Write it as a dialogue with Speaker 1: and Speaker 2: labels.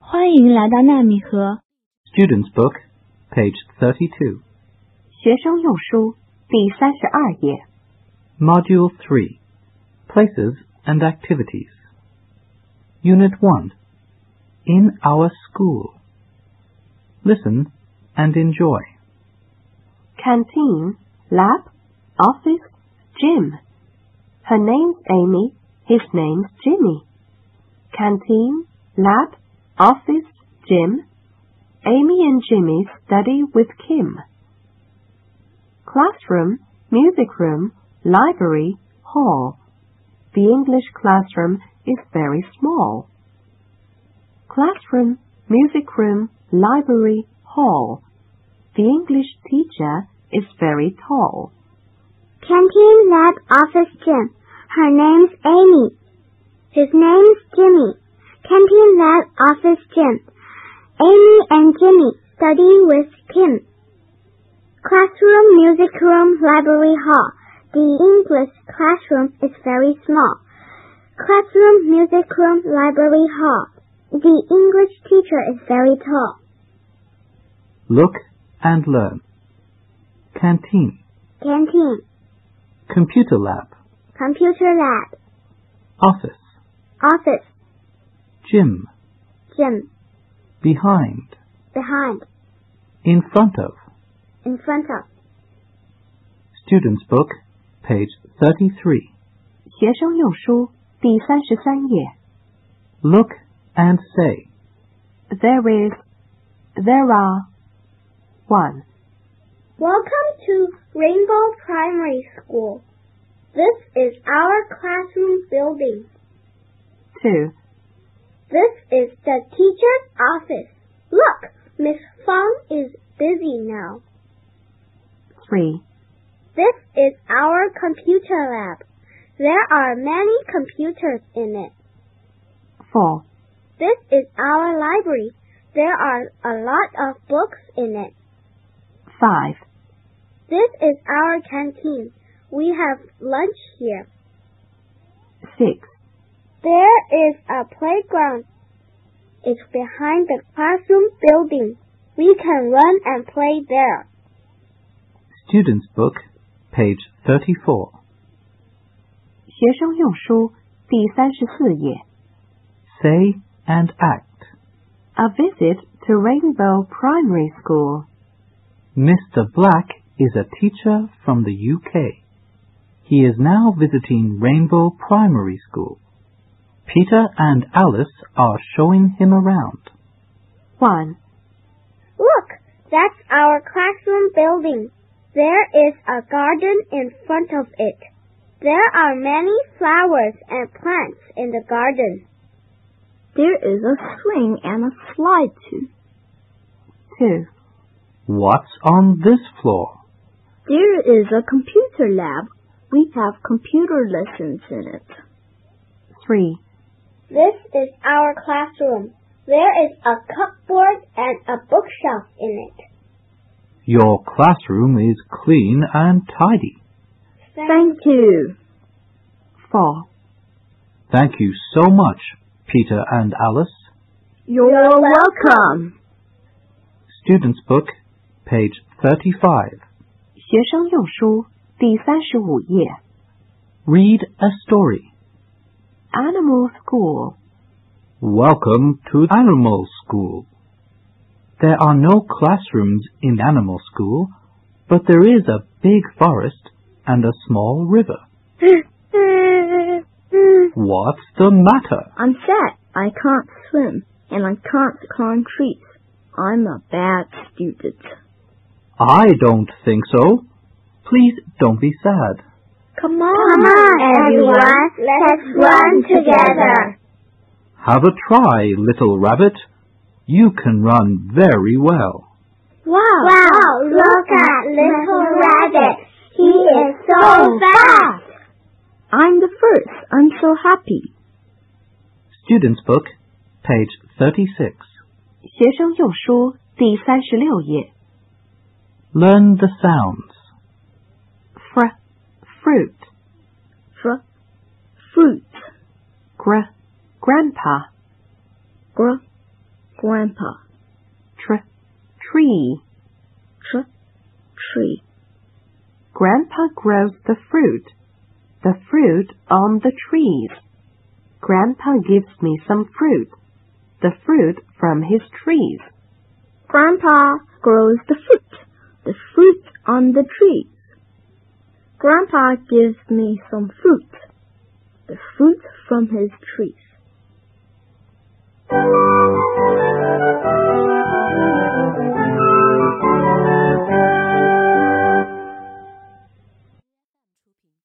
Speaker 1: 欢迎来到纳米盒
Speaker 2: Student's Book, page 32,
Speaker 3: 学生用书第三十二页。
Speaker 2: Module 3, Places and Activities. Unit 1, In Our School. Listen and enjoy.
Speaker 3: Canteen, lab, office, gym. Her name's Amy, his name's Jimmy. Canteen, lab, office, gym. Amy and Jimmy study with Kim. Classroom, music room, library, hall. The English classroom is very small. Classroom, music room, library, hall. The English teacher is very tall.
Speaker 4: Canteen Lab Office Gym. Her name's Amy. His name's Jimmy. Canteen Lab Office Gym. Amy and Jimmy study with Kim. Classroom, music room, library hall. The English classroom is very small. Classroom, music room, library hall. The English teacher is very tall.
Speaker 2: Look and learn. Canteen,
Speaker 4: Canteen,
Speaker 2: Computer Lab,
Speaker 4: computer lab,
Speaker 2: Office,
Speaker 4: office,
Speaker 2: Gym,
Speaker 4: gym,
Speaker 2: Behind,
Speaker 4: behind,
Speaker 2: In Front of.
Speaker 4: in front of.
Speaker 2: Student's Book, page 33.
Speaker 3: 学生用书第三十三页。
Speaker 2: Look and say.
Speaker 3: There is, there are. One,
Speaker 4: Welcome to Rainbow Primary School. This is our classroom building.
Speaker 3: two,
Speaker 4: This is the teacher's office. Look, Miss Fong is busy now.
Speaker 3: three,
Speaker 4: This is our computer lab. There are many computers in it.
Speaker 3: four,
Speaker 4: This is our library. There are a lot of books in it.
Speaker 3: five,
Speaker 4: This is our canteen. We have lunch here.
Speaker 3: six,
Speaker 4: There is a playground. It's behind the classroom building. We can run and play there.
Speaker 2: Student's Book, page 34.
Speaker 3: 学生用书第三十四页。
Speaker 2: Say and act.
Speaker 3: A visit to Rainbow Primary School.
Speaker 2: Mr. Black is a teacher from the UK. He is now visiting Rainbow Primary School. Peter and Alice are showing him around.
Speaker 3: One,
Speaker 4: Look, that's our classroom building. There is a garden in front of it. There are many flowers and plants in the garden.
Speaker 1: There is a swing and a slide too.
Speaker 3: two,
Speaker 2: What's on this floor?
Speaker 1: There is a computer lab. We have computer lessons in it.
Speaker 3: three,
Speaker 4: This is our classroom. There is a cupboard and a bookshelf in it.
Speaker 2: Your classroom is clean and tidy.
Speaker 1: Thank you.
Speaker 3: four,
Speaker 2: Thank you so much, Peter and Alice.
Speaker 1: You're, welcome.
Speaker 2: Student's Book, page 35.
Speaker 3: 学生用书第三十五页。
Speaker 2: Read a story.
Speaker 3: Animal School.
Speaker 2: Welcome to Animal School. There are no classrooms in Animal School, but there is a big forest and a small river. What's the matter?
Speaker 1: I'm sad. I can't swim and I can't climb trees. I'm a bad student.
Speaker 2: I don't think so. Please don't be sad.
Speaker 1: Come on,
Speaker 4: Come on, everyone. Let's run together.
Speaker 2: Have a try, little rabbit. You can run very well.
Speaker 1: Wow.
Speaker 4: Wow, look at little rabbit. He is so fast.
Speaker 1: I'm the first. I'm so happy.
Speaker 2: Student's Book, page 36.
Speaker 3: 学生用书第三十六页。
Speaker 2: Learn the sounds.
Speaker 3: Fr, fruit.
Speaker 1: Fr- fruit.
Speaker 3: Gr, grandpa.
Speaker 1: Gr- grandpa.
Speaker 3: Tr- tree.
Speaker 1: Tr- tree.
Speaker 3: Grandpa grows the fruit, the fruit on the trees. Grandpa gives me some fruit, the fruit from his trees.
Speaker 1: Grandpa grows the fruit, the fruit on the trees. Grandpa gives me some fruit, the fruit from his trees.